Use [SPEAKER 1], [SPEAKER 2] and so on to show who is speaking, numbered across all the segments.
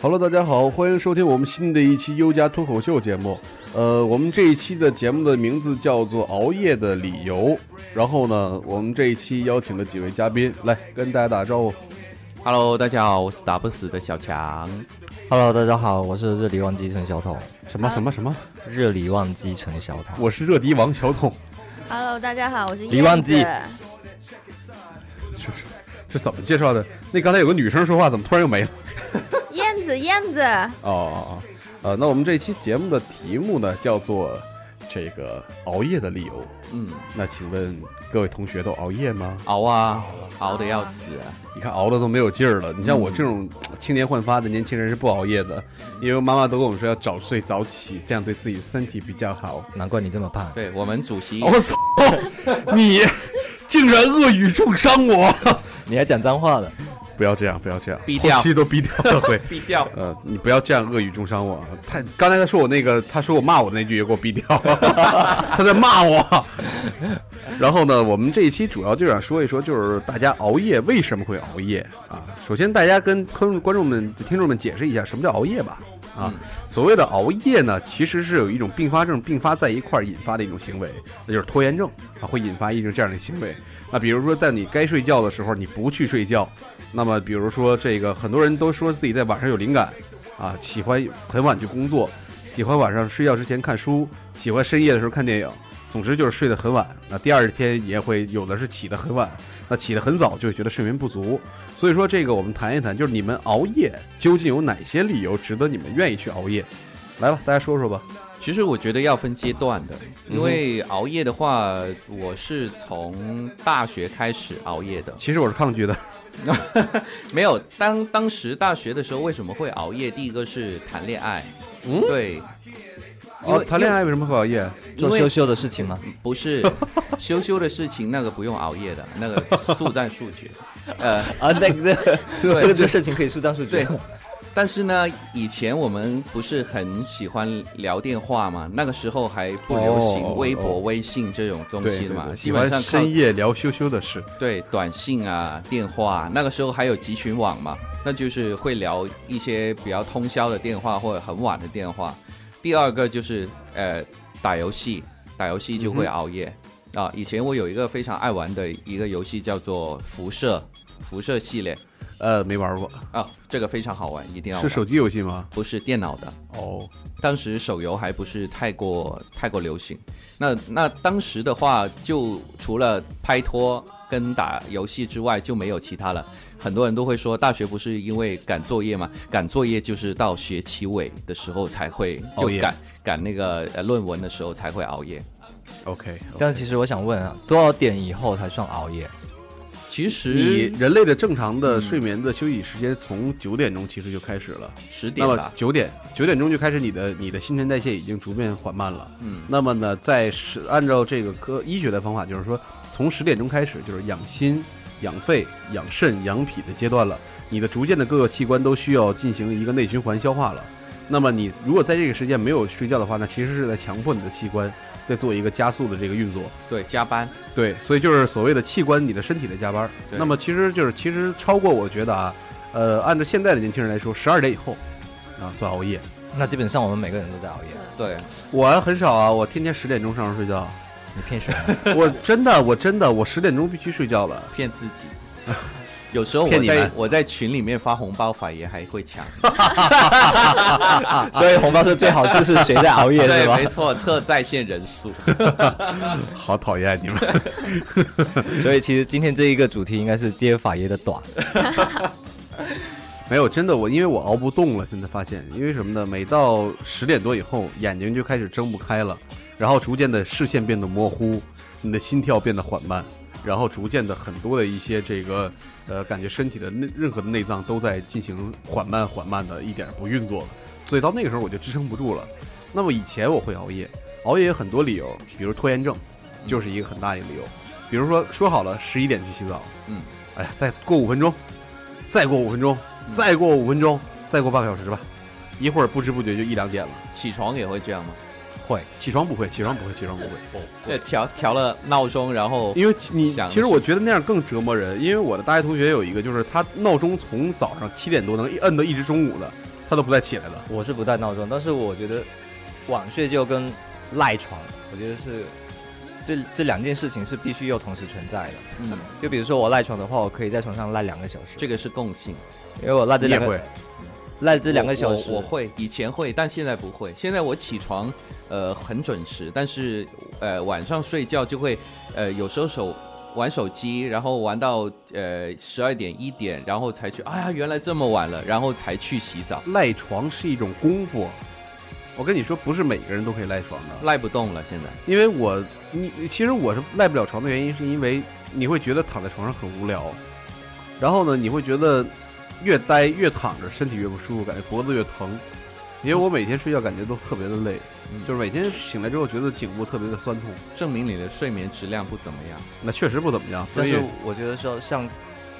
[SPEAKER 1] Hello，大家好，欢迎收听我们新的一期优家脱口秀节目。呃，我们这一期的节目的名字叫做《熬夜的理由》。然后呢，我们这一期邀请了几位嘉宾来跟大家打招呼。
[SPEAKER 2] Hello，大家好，我是打不死的小强。
[SPEAKER 3] Hello，大家好，我是热力旺基陈小桶。
[SPEAKER 1] 什么什么什么？
[SPEAKER 3] 热力旺基陈小桶，
[SPEAKER 1] 我是热迪王小桶。
[SPEAKER 4] Hello，大家好，我是
[SPEAKER 3] 李旺季
[SPEAKER 4] 燕子
[SPEAKER 1] 这怎么介绍的？那刚才有个女生说话，怎么突然又没了？
[SPEAKER 4] 燕子，燕子，
[SPEAKER 1] 哦哦哦，呃，那我们这期节目的题目呢，叫做这个熬夜的理由。
[SPEAKER 2] 嗯，
[SPEAKER 1] 那请问各位同学都熬夜吗？
[SPEAKER 2] 熬啊，熬的要死啊。
[SPEAKER 1] 你看熬的都没有劲儿了。你像
[SPEAKER 2] 嗯
[SPEAKER 1] 我这种青年焕发的年轻人是不熬夜的，因为妈妈都跟我们说要早睡早起，这样对自己身体比较好。
[SPEAKER 3] 难怪你这么胖。
[SPEAKER 2] 对我们主席
[SPEAKER 1] 哦我、操， 你竟然恶语重伤我！
[SPEAKER 3] 你还讲脏话了？
[SPEAKER 1] 不要这样，不要这样，
[SPEAKER 2] 逼掉
[SPEAKER 1] 后期都逼掉了 会。
[SPEAKER 2] 毙掉。
[SPEAKER 1] 呃，你不要这样恶语重伤我啊。他刚才他说我那个，他说我骂我那句也给我毙掉， 他在骂我。然后呢，我们这一期主要就想说一说，就是大家熬夜为什么会熬夜啊？首先，大家跟观观众们、听众们解释一下什么叫熬夜吧。啊，所谓的熬夜呢，其实是有一种并发症并发在一块儿引发的一种行为，那就是拖延症啊，会引发一种这样的行为。那比如说，在你该睡觉的时候你不去睡觉，那么比如说这个很多人都说自己在晚上有灵感，啊，喜欢很晚去工作，喜欢晚上睡觉之前看书，喜欢深夜的时候看电影，总之就是睡得很晚。那第二天也会有的是起得很晚，那起得很早就会觉得睡眠不足。所以说这个我们谈一谈，就是你们熬夜究竟有哪些理由值得你们愿意去熬夜？来吧，大家说说吧。
[SPEAKER 2] 其实我觉得要分阶段
[SPEAKER 1] 嗯
[SPEAKER 2] 的，因为熬夜的话，我是从大学开始熬夜的。
[SPEAKER 1] 其实我是抗拒的，
[SPEAKER 2] 没有，当当时大学的时候为什么会熬夜？第一个是谈恋爱，
[SPEAKER 1] 嗯
[SPEAKER 2] 对，因
[SPEAKER 1] 哦
[SPEAKER 2] 为，
[SPEAKER 1] 谈恋爱为什么会熬夜？
[SPEAKER 2] 因
[SPEAKER 3] 做
[SPEAKER 2] 为
[SPEAKER 3] 羞羞的事情吗？
[SPEAKER 2] 不 是羞羞的事情，那个不用熬夜的，那个速战速决。呃，
[SPEAKER 3] 啊，那 个这
[SPEAKER 2] 这个
[SPEAKER 3] 事情可以速战速
[SPEAKER 2] 对，但是呢，以前我们不是很喜欢聊电话嘛，那个时候还不流
[SPEAKER 1] 哦
[SPEAKER 2] 行微博、
[SPEAKER 1] 哦
[SPEAKER 2] 微信这种东
[SPEAKER 1] 对
[SPEAKER 2] 西
[SPEAKER 1] 对
[SPEAKER 2] 的嘛，
[SPEAKER 1] 对，
[SPEAKER 2] 基
[SPEAKER 1] 喜
[SPEAKER 2] 本
[SPEAKER 1] 欢
[SPEAKER 2] 上靠
[SPEAKER 1] 深夜聊羞羞的事。
[SPEAKER 2] 对短信啊、电话，那个时候还有集群网嘛，那就是会聊一些比较通宵的电话或者很晚的电话。第二个就是呃打游戏，打游戏就会熬夜、啊。以前我有一个非常爱玩的一个游戏叫做《辐射》，辐射系列
[SPEAKER 1] 呃，没玩过，
[SPEAKER 2] 啊，这个非常好玩，一定要
[SPEAKER 1] 是
[SPEAKER 2] 玩
[SPEAKER 1] 手机游戏吗？
[SPEAKER 2] 不是电脑的。
[SPEAKER 1] 哦，
[SPEAKER 2] 当时手游还不是太过太过流行，那那当时的话，就除了拍拖跟打游戏之外，就没有其他了。很多人都会说，大学不是因为赶作业嘛？赶作业就是到学期尾的时候才会就
[SPEAKER 1] 熬夜
[SPEAKER 2] 赶赶那个呃论文的时候才会熬夜。
[SPEAKER 1] OK，
[SPEAKER 3] 但其实我想问啊，多少点以后才算熬夜？
[SPEAKER 2] 其
[SPEAKER 1] 你
[SPEAKER 2] 实
[SPEAKER 1] 人类的正常的睡眠的休息时间从九点钟其实就开始了，
[SPEAKER 2] 十
[SPEAKER 1] 那
[SPEAKER 2] 点
[SPEAKER 1] 么
[SPEAKER 2] 吧，
[SPEAKER 1] 九点九点钟就开始你的你的新陈代谢已经逐渐缓慢了。
[SPEAKER 2] 嗯，
[SPEAKER 1] 那么呢，在十按照这个科医学的方法，就是说从十点钟开始就是养心、养肺、养肾、养脾的阶段了，你的逐渐的各个器官都需要进行一个内循环消化了。那么你如果在这个时间没有睡觉的话，那其实是在强迫你的器官在做一个加速的这个运作。
[SPEAKER 2] 对，加班
[SPEAKER 1] 对，所以就是所谓的器官，你的身体的加班儿。
[SPEAKER 2] 对
[SPEAKER 1] 那么其实就是其实超过我觉得啊，呃，按照现在的年轻人来说，十二点以后啊算熬夜。
[SPEAKER 3] 那基本上我们每个人都在熬夜。
[SPEAKER 2] 对，
[SPEAKER 1] 我很少啊，我天天十点钟上床睡觉。
[SPEAKER 3] 你骗谁啊？
[SPEAKER 1] 我真的，我真的，我十点钟必须睡觉了。
[SPEAKER 2] 骗自 己。有时候我
[SPEAKER 1] 骗你们
[SPEAKER 2] 在我在群里面发红包，法爷还 会抢。
[SPEAKER 3] 啊所以红包是最好吃是谁在熬夜
[SPEAKER 2] 对
[SPEAKER 3] 是，吧
[SPEAKER 2] 没？错，测在线人数。
[SPEAKER 1] 好讨厌你们！
[SPEAKER 3] 所以其实今天这一个主题应该是接法爷的短。
[SPEAKER 1] 没有，真的，我因为我熬不动了，现在发现，因为什么呢？每到十点多以后，眼睛就开始睁不开了，然后逐渐的视线变得模糊，你的心跳变得缓慢，然后逐渐的很多的一些这个呃，感觉身体的内任何的内脏都在进行缓慢缓慢的一点儿不运作了，所以到那个时候我就支撑不住了。那么以前我会熬夜，熬夜有很多理由，比如拖延症，就是一个很大一个理由，比如说说好了十一点去洗澡，
[SPEAKER 2] 嗯，
[SPEAKER 1] 哎呀，再过五分钟，再过五分钟，再过五分钟，再过半个小时吧，一会儿不知不觉就一两点了。
[SPEAKER 2] 起床也会这样吗？
[SPEAKER 3] 会，
[SPEAKER 1] 起床不会，起床不会，起床不会，
[SPEAKER 2] 对，调调了闹钟，然后
[SPEAKER 1] 因为你
[SPEAKER 2] 哎哦想的
[SPEAKER 1] 其
[SPEAKER 2] 是
[SPEAKER 1] 实我觉得那样更折磨人。因为我的大学同学有一个，就是他闹钟从早上七点多能摁到一直中午的，他都不带起来的。
[SPEAKER 3] 我是不带闹钟，但是我觉得晚睡觉跟赖床，我觉得是这这两件事情是必须要同时存在的。
[SPEAKER 2] 嗯，
[SPEAKER 3] 就比如说我赖床的话，我可以在床上赖两个小时，
[SPEAKER 2] 这个是共性。
[SPEAKER 3] 因为我赖这
[SPEAKER 1] 你也
[SPEAKER 3] 两个
[SPEAKER 1] 会，
[SPEAKER 3] 赖这两个小时，
[SPEAKER 2] 我我我会，以前会，但现在不会。现在我起床，呃，很准时，但是呃晚上睡觉就会，呃有时候手玩手机，然后玩到呃十二点一点，然后才去，哎呀原来这么晚了，然后才去洗澡，
[SPEAKER 1] 赖床是一种功夫，我跟你说，不是每个人都可以赖床的。
[SPEAKER 2] 赖不动了现在。
[SPEAKER 1] 因为我你其实我是赖不了床的原因，是因为你会觉得躺在床上很无聊，然后呢，你会觉得越呆越躺着，身体越不舒服，感觉脖子越疼。因为我每天睡觉感觉都特别的累，
[SPEAKER 2] 嗯
[SPEAKER 1] 就是每天醒来之后觉得颈部特别的酸痛，
[SPEAKER 2] 证明你的睡眠质量不怎么样。
[SPEAKER 1] 那确实不怎么样。所
[SPEAKER 3] 但
[SPEAKER 1] 以
[SPEAKER 3] 是我觉得说像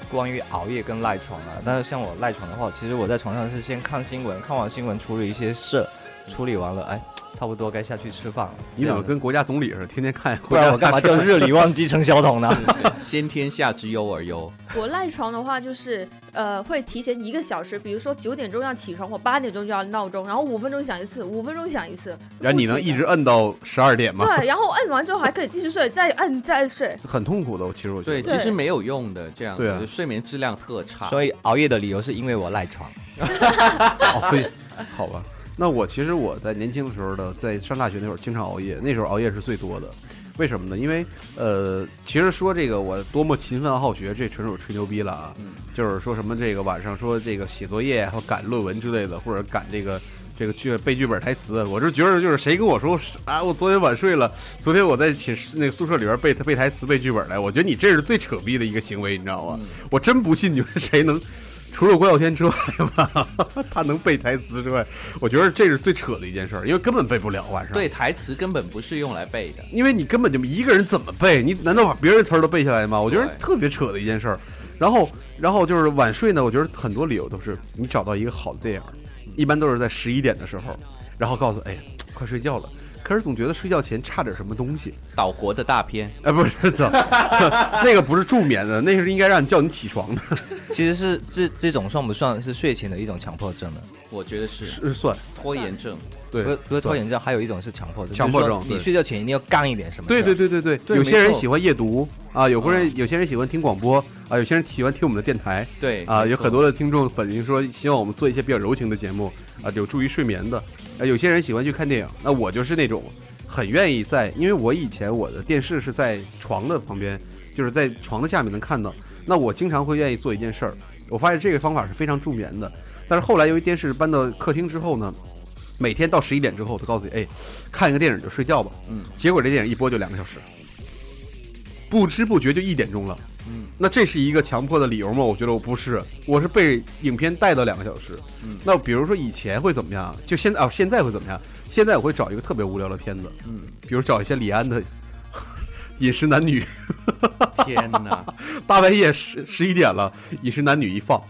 [SPEAKER 3] 关于熬夜跟赖床啊，但是像我赖床的话，其实我在床上是先看新闻，看完新闻处理一些事，处理完了，哎，差不多该下去吃饭了。
[SPEAKER 1] 你怎么
[SPEAKER 3] 这样
[SPEAKER 1] 跟国家总理似的，天天看？
[SPEAKER 3] 不然我干嘛叫日理万机陈晓彤呢？
[SPEAKER 2] 先天下之忧而忧，
[SPEAKER 5] 我赖床的话，就是呃，会提前一个小时，比如说九点钟要起床，我八点钟就要闹钟，然后五分钟响一次，五分钟响一次。
[SPEAKER 1] 然后你
[SPEAKER 3] 啊
[SPEAKER 1] 能一直摁到十二点吗？
[SPEAKER 5] 对，然后我摁完之后还可以继续睡，再摁再睡。
[SPEAKER 1] 很痛苦的，我其实我觉
[SPEAKER 2] 对，
[SPEAKER 1] 得。
[SPEAKER 2] 其实没有用的，这样
[SPEAKER 1] 对啊
[SPEAKER 2] 我的睡眠质量特差。
[SPEAKER 3] 所以熬夜的理由是因为我赖床。
[SPEAKER 1] 熬夜，哦好吧。那我其实我在年轻的时候呢，在上大学那会儿经常熬夜，那时候熬夜是最多的。为什么呢？因为呃，其实说这个我多么勤奋好学，这纯属吹牛逼了啊。
[SPEAKER 2] 嗯
[SPEAKER 1] 就是说什么这个晚上说这个写作业，还有赶论文之类的，或者赶这个这个剧背剧本台词，我就觉得就是谁跟我说是啊，我昨天晚睡了，昨天我在寝室那个宿舍里边背背台词背剧本来，我觉得你这是最扯逼的一个行为，你知道吗？
[SPEAKER 2] 嗯
[SPEAKER 1] 我真不信你们谁能，除了郭耀天之外吧， 他能背台词之外，我觉得这是最扯的一件事儿，因为根本背不了晚上。
[SPEAKER 2] 对，台词根本不是用来背的。
[SPEAKER 1] 因为你根本就一个人怎么背？你难道把别人词儿都背下来吗？我觉得
[SPEAKER 2] 对
[SPEAKER 1] 特别扯的一件事儿。然后，然后就是晚睡呢，我觉得很多理由都是你找到一个好的电影，一般都是在十一点的时候，然后告诉哎，快睡觉了。可是总觉得睡觉前差点什么东西，
[SPEAKER 2] 岛国的大片，
[SPEAKER 1] 哎，不是，操， 那个不是助眠的，那是应该让你叫你起床的，
[SPEAKER 3] 其实是这这种算不算是睡前的一种强迫症呢？
[SPEAKER 2] 我觉得是
[SPEAKER 1] 是算
[SPEAKER 2] 拖延症。
[SPEAKER 1] 对
[SPEAKER 3] 不是不是拖延症，还有一种是强迫症。
[SPEAKER 1] 强迫症
[SPEAKER 3] 就是说
[SPEAKER 1] 对
[SPEAKER 3] 你睡觉前一定要干一点什么。
[SPEAKER 1] 对对。对对对，
[SPEAKER 2] 对
[SPEAKER 1] 有些人
[SPEAKER 2] 没错
[SPEAKER 1] 喜欢夜读啊，有个人有些人喜欢听广播啊，有些人喜欢听我们的电台
[SPEAKER 2] 对
[SPEAKER 1] 啊，
[SPEAKER 2] 没
[SPEAKER 1] 有
[SPEAKER 2] 错
[SPEAKER 1] 很多的听众反映说希望我们做一些比较柔情的节目啊，有助于睡眠的啊，有些人喜欢去看电影，那我就是那种很愿意在，因为我以前我的电视是在床的旁边，就是在床的下面能看到，那我经常会愿意做一件事儿，我发现这个方法是非常助眠的，但是后来由于电视搬到客厅之后呢。每天到十一点之后，都告诉你，哎，看一个电影就睡觉吧。
[SPEAKER 2] 嗯，
[SPEAKER 1] 结果这电影一播就两个小时，不知不觉就一点钟了。
[SPEAKER 2] 嗯，
[SPEAKER 1] 那这是一个强迫的理由吗？我觉得我不是，我是被影片带到两个小时。
[SPEAKER 2] 嗯
[SPEAKER 1] 那比如说以前会怎么样？就现在啊，现在会怎么样？现在我会找一个特别无聊的片子，
[SPEAKER 2] 嗯，
[SPEAKER 1] 比如找一些李安的 《饮食男女》，
[SPEAKER 2] 天哪，
[SPEAKER 1] 大半夜十十一点了，《饮食男女》一放，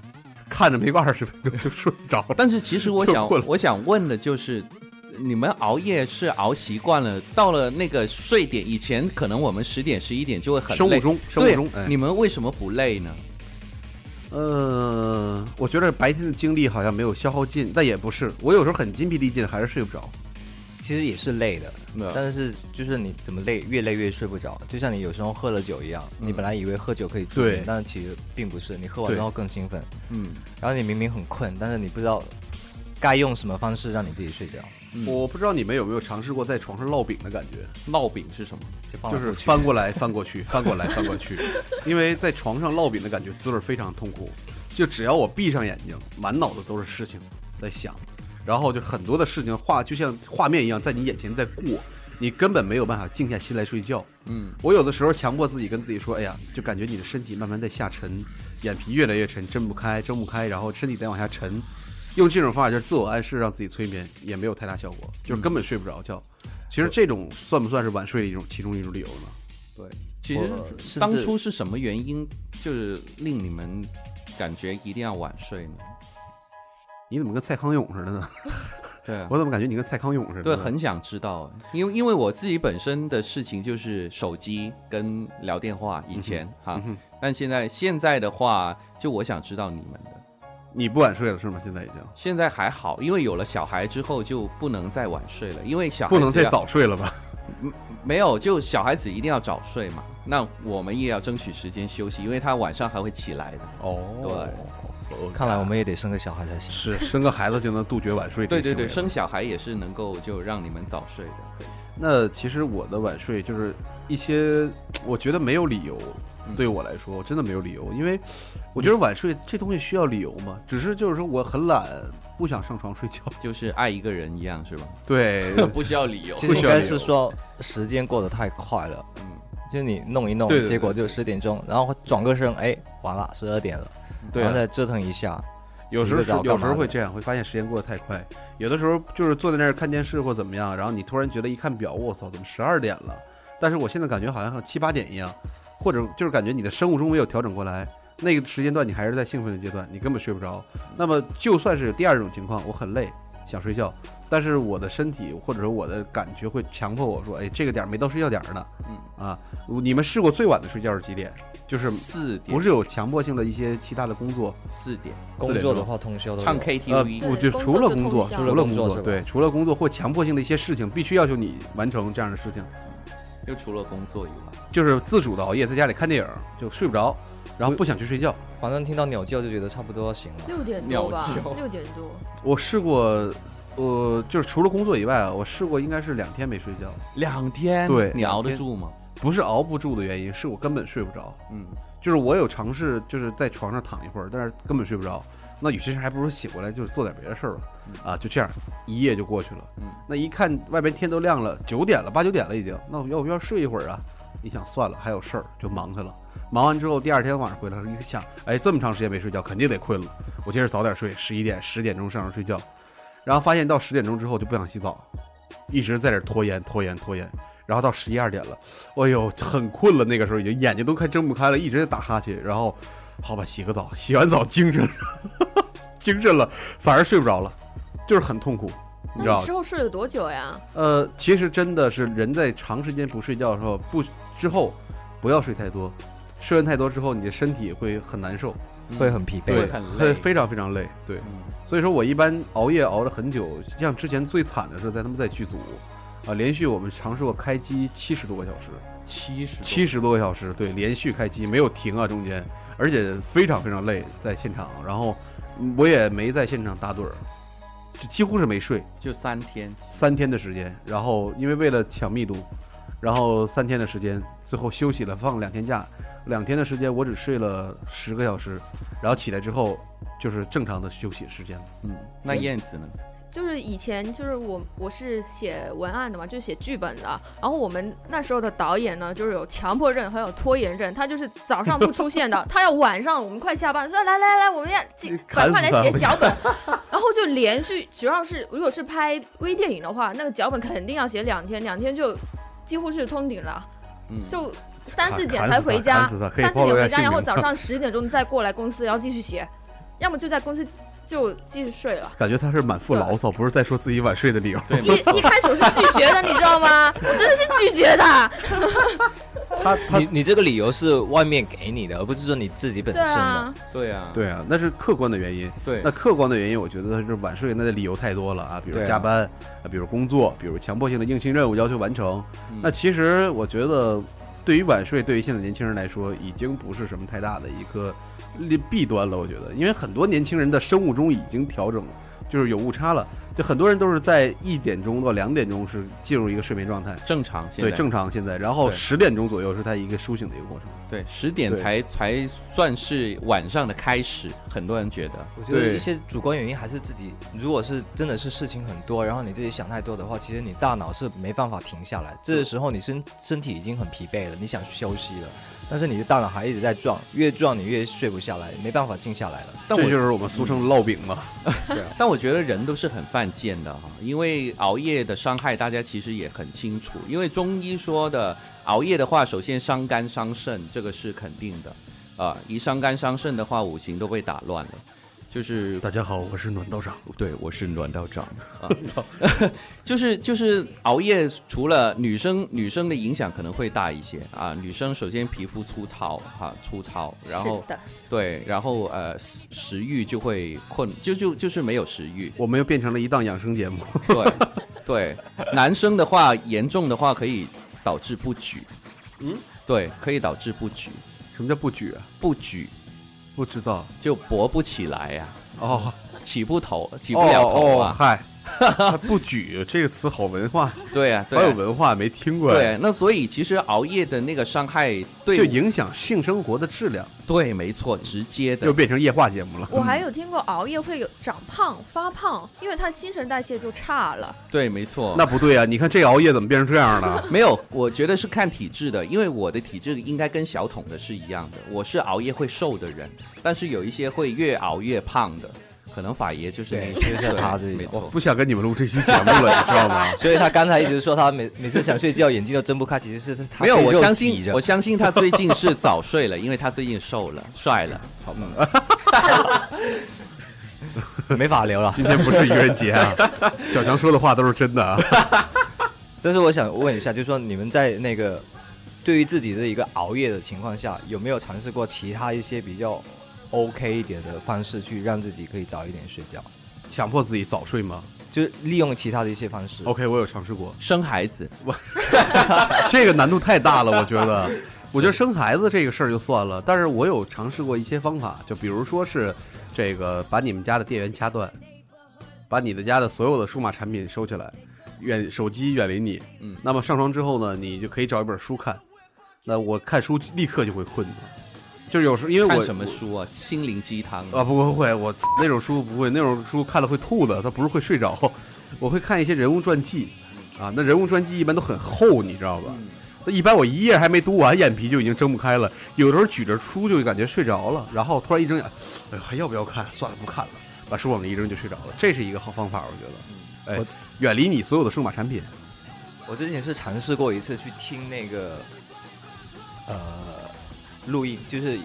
[SPEAKER 1] 看着没个二十分钟就睡着了。
[SPEAKER 2] 但是其实我
[SPEAKER 1] 就
[SPEAKER 2] 想
[SPEAKER 1] 困了，
[SPEAKER 2] 我想问的就是，你们熬夜是熬习惯了，到了那个睡点以前，可能我们十点、十一点就会很
[SPEAKER 1] 生物
[SPEAKER 2] 累。
[SPEAKER 1] 钟，生物
[SPEAKER 2] 对
[SPEAKER 1] 钟，哎，
[SPEAKER 2] 你们为什么不累呢？
[SPEAKER 1] 呃，我觉得白天的精力好像没有消耗尽，但也不是，我有时候很筋疲力尽，还是睡不着。
[SPEAKER 3] 其实也是累的，
[SPEAKER 1] 嗯
[SPEAKER 3] 但是就是你怎么累，越累越睡不着。就像你有时候喝了酒一样，你本来以为喝酒可以助
[SPEAKER 1] 对
[SPEAKER 3] 眠，但是其实并不是。你喝完之后更兴奋，
[SPEAKER 2] 嗯，
[SPEAKER 3] 然后你明明很困，但是你不知道该用什么方式让你自己睡着，
[SPEAKER 2] 嗯
[SPEAKER 1] 我不知道你们有没有尝试过在床上烙饼的感觉，
[SPEAKER 2] 烙饼是什么？
[SPEAKER 3] 就放
[SPEAKER 1] 就是翻过来翻过去，翻过来翻过去，因为在床上烙饼的感觉滋味非常痛苦。就只要我闭上眼睛，满脑子都是事情在想，然后就很多的事情画就像画面一样在你眼前在过，你根本没有办法静下心来睡觉。
[SPEAKER 2] 嗯，
[SPEAKER 1] 我有的时候强迫自己跟自己说，哎呀，就感觉你的身体慢慢在下沉，眼皮越来越沉，睁不开，睁不开，然后身体在往下沉。用这种方法就是自我暗示，让自己催眠，也没有太大效果，就是根本睡不着觉。其实这种算不算是晚睡的一种其中一种理由呢？
[SPEAKER 2] 其
[SPEAKER 3] 我
[SPEAKER 2] 实
[SPEAKER 3] 甚
[SPEAKER 2] 当
[SPEAKER 3] 至
[SPEAKER 2] 初是什么原因，就是令你们感觉一定要晚睡呢？
[SPEAKER 1] 你怎么跟蔡康永似的呢？
[SPEAKER 2] 对啊，
[SPEAKER 1] 我怎么感觉你跟蔡康永似的呢？
[SPEAKER 2] 对，很想知道，因为因为我自己本身的事情就是手机跟聊电话，以前哈、
[SPEAKER 1] 嗯哼
[SPEAKER 2] 但现在现在的话，就我想知道你们的，
[SPEAKER 1] 你不晚睡了是吗？现在已经
[SPEAKER 2] 现在还好，因为有了小孩之后就不能再晚睡了，因为小孩
[SPEAKER 1] 不能再
[SPEAKER 2] 子要
[SPEAKER 1] 早睡了吧？
[SPEAKER 2] 没有，就小孩子一定要早睡嘛。那我们也要争取时间休息，因为他晚上还会起来的。
[SPEAKER 1] 哦，对
[SPEAKER 3] 看来我们也得生个小孩才行。
[SPEAKER 1] 是生个孩子就能杜绝晚睡这
[SPEAKER 2] 对
[SPEAKER 1] 个行
[SPEAKER 2] 对
[SPEAKER 1] 为了。
[SPEAKER 2] 对，生小孩也是能够就让你们早睡的。
[SPEAKER 1] 那其实我的晚睡就是一些，我觉得没有理由
[SPEAKER 2] 嗯，
[SPEAKER 1] 对我来说真的没有理由，因为我觉得晚睡这东西需要理由吗？只是就是说我很懒，不想上床睡觉。
[SPEAKER 2] 就是爱一个人一样，是 吧？
[SPEAKER 1] 对，
[SPEAKER 2] 不需要理由。
[SPEAKER 3] 其
[SPEAKER 1] 不
[SPEAKER 3] 实
[SPEAKER 1] 需
[SPEAKER 3] 应
[SPEAKER 1] 要
[SPEAKER 3] 该
[SPEAKER 1] 理由
[SPEAKER 3] 是说时间过得太快了，
[SPEAKER 2] 嗯，
[SPEAKER 3] 就你弄一弄
[SPEAKER 1] 对对，对
[SPEAKER 3] 结果就十点钟，然后转个身，哎，完了，十二点了，
[SPEAKER 1] 对
[SPEAKER 3] 然后
[SPEAKER 1] 啊，
[SPEAKER 3] 再折腾一下，
[SPEAKER 1] 有时候
[SPEAKER 3] 洗个澡
[SPEAKER 1] 是有时候
[SPEAKER 3] 干嘛
[SPEAKER 1] 会
[SPEAKER 3] 的
[SPEAKER 1] 这样，会发现时间过得太快。有的时候就是坐在那儿看电视或怎么样，然后你突然觉得一看表，我操，怎么十二点了？但是我现在感觉好像七八点一样，或者就是感觉你的生物钟没有调整过来，那个时间段你还是在兴奋的阶段，你根本睡不着。那么就算是有第二种情况，我很累想睡觉，但是我的身体或者说我的感觉会强迫我说，哎，这个点儿没到睡觉点儿呢。嗯啊，你们试过最晚的睡觉是几点？就是
[SPEAKER 2] 四点，
[SPEAKER 1] 不是有强迫性的一些其他的工作？
[SPEAKER 2] 四点，
[SPEAKER 1] 四
[SPEAKER 3] 工
[SPEAKER 1] 点
[SPEAKER 3] 作的
[SPEAKER 1] 钟
[SPEAKER 3] 话通宵都有
[SPEAKER 2] 唱
[SPEAKER 1] 呃，
[SPEAKER 2] KTV。
[SPEAKER 1] 不，
[SPEAKER 5] 对
[SPEAKER 1] 就除了工作，
[SPEAKER 5] 工作就通宵
[SPEAKER 1] 除了工
[SPEAKER 3] 除了工作
[SPEAKER 1] 作，
[SPEAKER 3] 是吧
[SPEAKER 1] 对，除了工作或强迫性的一些事情，必须要求你完成这样的事情，
[SPEAKER 2] 又除了工作以外，
[SPEAKER 1] 就是自主的熬夜，在家里看电影就睡不着，然后不想去睡觉。
[SPEAKER 3] 反正听到鸟叫就觉得差不多行了。
[SPEAKER 5] 六点
[SPEAKER 2] 鸟
[SPEAKER 5] 多吧
[SPEAKER 2] 叫，
[SPEAKER 5] 六点多，
[SPEAKER 1] 我试过，呃，就是除了工作以外啊，我试过应该是两天没睡觉，
[SPEAKER 2] 两天，
[SPEAKER 1] 对
[SPEAKER 2] 你熬得住吗？
[SPEAKER 1] 不是熬不住的原因，是我根本睡不着。
[SPEAKER 2] 嗯，
[SPEAKER 1] 就是我有尝试，就是在床上躺一会儿，但是根本睡不着。那有些事还不如醒过来，就是做点别的事儿吧。
[SPEAKER 3] 嗯
[SPEAKER 1] 啊，就这样，一夜就过去了。
[SPEAKER 2] 嗯
[SPEAKER 1] 那一看外边天都亮了，九点了，八九点了已经。那我要不要睡一会儿啊？一想算了，还有事儿，就忙去了。忙完之后，第二天晚上回来，一想，哎，这么长时间没睡觉，肯定得困了。我接着早点睡，十一点、十点钟上床睡觉，然后发现到十点钟之后就不想洗澡，一直在这儿拖延、拖延、拖延，然后到十一二点了。哎呦，很困了，那个时候已经眼睛都快睁不开了，一直在打哈欠。然后，好吧，洗个澡，洗完澡精神了， 精神了，反而睡不着了，就是很痛苦，你知
[SPEAKER 5] 那
[SPEAKER 1] 道
[SPEAKER 5] 你之
[SPEAKER 1] 吗？
[SPEAKER 5] 后睡了多久呀？
[SPEAKER 1] 呃，其实真的是人在长时间不睡觉的时候，不之后不要睡太多，睡完太多之后，你的身体会很难受，
[SPEAKER 3] 会很疲惫
[SPEAKER 2] 对
[SPEAKER 3] 的。
[SPEAKER 2] 很累
[SPEAKER 1] 会非常非常累。对，
[SPEAKER 2] 嗯
[SPEAKER 1] 所以说我一般熬夜熬了很久，像之前最惨的是在他们在剧组。啊，连续我们尝试过开机七十多个小时，
[SPEAKER 2] 七十多
[SPEAKER 1] 七十多个小时，对，连续开机没有停啊，中间，而且非常非常累，在现场，然后嗯我也没在现场打盹儿，就几乎是没睡
[SPEAKER 2] 就三天，
[SPEAKER 1] 三天的时间，然后因为为了抢密度，然后三天的时间，最后休息了，放了两天假，两天的时间我只睡了十个小时，然后起来之后就是正常的休息时间了，
[SPEAKER 2] 嗯，那燕子呢？
[SPEAKER 5] 就是以前就是我我是写文案的嘛，就是写剧本的。然后我们那时候的导演呢，就是有强迫症和有拖延症，他就是早上不 出现的，他要晚上我们快下班，说来来来，我们要进
[SPEAKER 1] 砍
[SPEAKER 5] 赶
[SPEAKER 1] 死
[SPEAKER 5] 快来
[SPEAKER 1] 他
[SPEAKER 5] 写
[SPEAKER 1] 我
[SPEAKER 5] 脚本。 然后就连续，只要是如果是拍微电影的话，那个脚本肯定要写两天，两天就几乎是通顶了，
[SPEAKER 2] 嗯，
[SPEAKER 5] 就三四点
[SPEAKER 1] 砍
[SPEAKER 5] 才
[SPEAKER 1] 死他
[SPEAKER 5] 回家
[SPEAKER 1] 砍。死他，可以
[SPEAKER 5] 三四
[SPEAKER 1] 暴
[SPEAKER 5] 点
[SPEAKER 1] 露一
[SPEAKER 5] 回
[SPEAKER 1] 下
[SPEAKER 5] 家，
[SPEAKER 1] 姓
[SPEAKER 5] 然后
[SPEAKER 1] 名。
[SPEAKER 5] 早上十点钟再过来公司，然后继续写，要么就在公司就继续睡了。
[SPEAKER 1] 感觉他是满腹
[SPEAKER 5] 对
[SPEAKER 1] 牢骚，不是在说自己晚睡的理由。
[SPEAKER 2] 对，
[SPEAKER 5] 一一开始我是拒绝的，你知道吗？我真的是拒绝的。
[SPEAKER 1] 他他
[SPEAKER 3] 你你这个理由是外面给你的，而不是说你自己本
[SPEAKER 5] 对
[SPEAKER 3] 身的
[SPEAKER 5] 啊。，
[SPEAKER 2] 对啊，
[SPEAKER 1] 对啊，那是客观的原因。
[SPEAKER 2] 对
[SPEAKER 1] 那客观的原因，我觉得是晚睡，那的理由太多了啊，比如
[SPEAKER 3] 对啊
[SPEAKER 1] 加班，啊，比如工作，比如强迫性的硬性任务要求完成。
[SPEAKER 2] 嗯
[SPEAKER 1] 那其实我觉得，对于晚睡，对于现在年轻人来说，已经不是什么太大的一个利弊端了。我觉得，因为很多年轻人的生物钟已经调整了，就是有误差了。就很多人都是在一点钟到两点钟是进入一个睡眠状态，
[SPEAKER 2] 正常现在
[SPEAKER 1] 对，正常现在，然后
[SPEAKER 2] 对
[SPEAKER 1] 十点钟左右是他一个苏醒的一个过程。
[SPEAKER 2] 对十点
[SPEAKER 1] 对
[SPEAKER 2] 才才算是晚上的开始，很多人觉得
[SPEAKER 3] 我觉得
[SPEAKER 1] 对
[SPEAKER 3] 一些主观原因还是自己，如果是真的是事情很多，然后你自己想太多的话，其实你大脑是没办法停下来。这个时候你身身体已经很疲惫了，你想休息了，但是你的大脑还一直在转，越转你越睡不下来，没办法静下 来了。
[SPEAKER 2] 但
[SPEAKER 1] 这
[SPEAKER 2] 我嗯
[SPEAKER 1] 就是我们俗称烙饼嘛。
[SPEAKER 2] 但我觉得人都是很犯贱的哈，因为熬夜的伤害大家其实也很清楚，因为中医说的熬夜的话，首先伤肝伤肾，这个是肯定的，啊、一伤肝伤肾的话，五行都被打乱了。就是
[SPEAKER 1] 大家好，我是暖道长。
[SPEAKER 2] 对，我是暖道长 啊，就是就是熬夜，除了女生女生的影响可能会大一些啊。女生首先皮肤粗糙哈、粗糙，然后
[SPEAKER 5] 是的，
[SPEAKER 2] 对，然后呃食食欲就会困，就就就是没有食欲。
[SPEAKER 1] 我们又变成了一档养生节目，
[SPEAKER 2] 对对，男生的话严重的话可以导致不举，
[SPEAKER 1] 嗯，
[SPEAKER 2] 对，可以导致不举，
[SPEAKER 1] 什么叫不举啊？
[SPEAKER 2] 不举
[SPEAKER 1] 不知道
[SPEAKER 2] 就勃不起来呀、
[SPEAKER 1] 哦，
[SPEAKER 2] 起不头，起
[SPEAKER 1] 举
[SPEAKER 2] 嗯不了头
[SPEAKER 1] 哦哦
[SPEAKER 2] 啊。
[SPEAKER 1] 嗨，不举这个词好文化，
[SPEAKER 2] 对呀、
[SPEAKER 1] 好
[SPEAKER 2] 对
[SPEAKER 1] 有
[SPEAKER 2] 啊、
[SPEAKER 1] 文化，没听过。，
[SPEAKER 2] 对，那所以其实熬夜的那个伤害对
[SPEAKER 1] 就
[SPEAKER 2] 我
[SPEAKER 1] 影响性生活的质量，
[SPEAKER 2] 对，没错，直接
[SPEAKER 1] 又
[SPEAKER 2] 的。
[SPEAKER 1] 变成夜话节目了。
[SPEAKER 5] 我还有听过熬夜会有长胖、发胖，因为他新陈代谢就差了。
[SPEAKER 2] 对，没错。
[SPEAKER 1] 那不对啊！你看这熬夜怎么变成这样 了？
[SPEAKER 2] 没有，我觉得是看体质的，因为我的体质应该跟小桶的是一样的。我是熬夜会瘦的人，但是有一些会越熬越胖的，可能法爷就是那
[SPEAKER 3] 对
[SPEAKER 2] 个，
[SPEAKER 3] 就是他这
[SPEAKER 2] 对
[SPEAKER 3] 一
[SPEAKER 2] 没
[SPEAKER 1] 我
[SPEAKER 2] 错。
[SPEAKER 1] 不想跟你们录这期节目 了，你知道吗？
[SPEAKER 3] 所以他刚才一直说他每每次想睡觉眼睛都睁不开，其实是他
[SPEAKER 2] 没有，
[SPEAKER 3] 被
[SPEAKER 2] 我
[SPEAKER 3] 肉
[SPEAKER 2] 相
[SPEAKER 3] 挤
[SPEAKER 2] 信，
[SPEAKER 3] 着
[SPEAKER 2] 我相信他最近是早睡了，因为他最近 瘦了，帅了，好吗？
[SPEAKER 3] 没法聊了。
[SPEAKER 1] 今天不是愚人节啊！小强说的话都是真的 啊！
[SPEAKER 3] 但是我想问一下，就是说你们在那个对于自己的一个熬夜的情况下，有没有尝试过其他一些比较 OK 一点的方式去让自己可以早一点睡觉？
[SPEAKER 1] 强迫自己早睡吗
[SPEAKER 3] 就是利用其他的一些方式。
[SPEAKER 1] ？OK，我有尝试过，
[SPEAKER 2] 生 孩子，
[SPEAKER 1] 这个难度太大了，我觉 得。我觉得生孩子这个事儿就算了，但是我有尝试过一些方法，就比如说是这个把你们家的电源掐断，把你的家的所有的数码产品收起来，远手机远离你。
[SPEAKER 2] 嗯
[SPEAKER 1] 那么上床之后呢，你就可以找一本书看。那我看书立刻就会困的，就是有时候因为
[SPEAKER 2] 看
[SPEAKER 1] 我
[SPEAKER 2] 什么书啊？心灵鸡汤
[SPEAKER 1] 啊，不不会，我那种书不会，那种书看了会吐的，它不是会睡着。我会看一些人物传记，啊，那人物传记一般都很厚，你知道吧？
[SPEAKER 3] 嗯
[SPEAKER 1] 那一般我一页还没读完，眼皮就已经睁不开了。有的时候举着书就感觉睡着了，然后突然一睁眼，哎呦，还要不要看？算了，不看了，把书往那一扔就睡着了。这是一个好方法，我觉得。哎
[SPEAKER 3] 嗯我，
[SPEAKER 1] 远离你所有的数码产品。
[SPEAKER 3] 我之前是尝试过一次去听那个呃录音，就是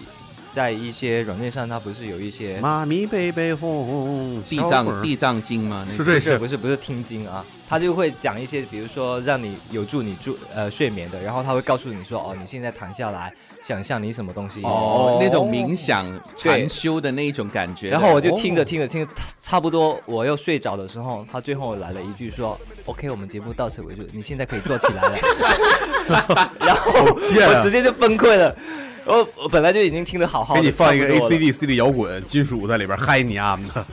[SPEAKER 3] 在一些软件上，它不是有一些
[SPEAKER 1] 妈咪背背哄，
[SPEAKER 2] 地
[SPEAKER 1] 小鬼
[SPEAKER 2] 藏
[SPEAKER 1] 儿
[SPEAKER 2] 地藏经吗？那
[SPEAKER 1] 是
[SPEAKER 2] 个
[SPEAKER 1] 这
[SPEAKER 3] 不是
[SPEAKER 1] 是
[SPEAKER 3] 不是不是听经啊，他就会讲一些，比如说让你有助你助呃睡眠的，然后他会告诉你说，哦，你现在躺下来，想象你什么东西。
[SPEAKER 1] 哦
[SPEAKER 2] 那种冥想
[SPEAKER 3] 对
[SPEAKER 2] 禅修的那种感觉的。
[SPEAKER 3] 然后我就
[SPEAKER 1] 哦
[SPEAKER 3] 听着听着听着，差不多我要睡着的时候，他最后来了一句说：“OK，我们节目到此为止，你现在可以坐起 来了。” 然后
[SPEAKER 1] 贱啊
[SPEAKER 3] 我直接就崩溃了。我我本来就已经听得好好的，
[SPEAKER 1] 给你放一个
[SPEAKER 3] 差不
[SPEAKER 1] A
[SPEAKER 3] 多
[SPEAKER 1] C
[SPEAKER 3] 了
[SPEAKER 1] D C D 摇滚金属在里边嗨你啊的。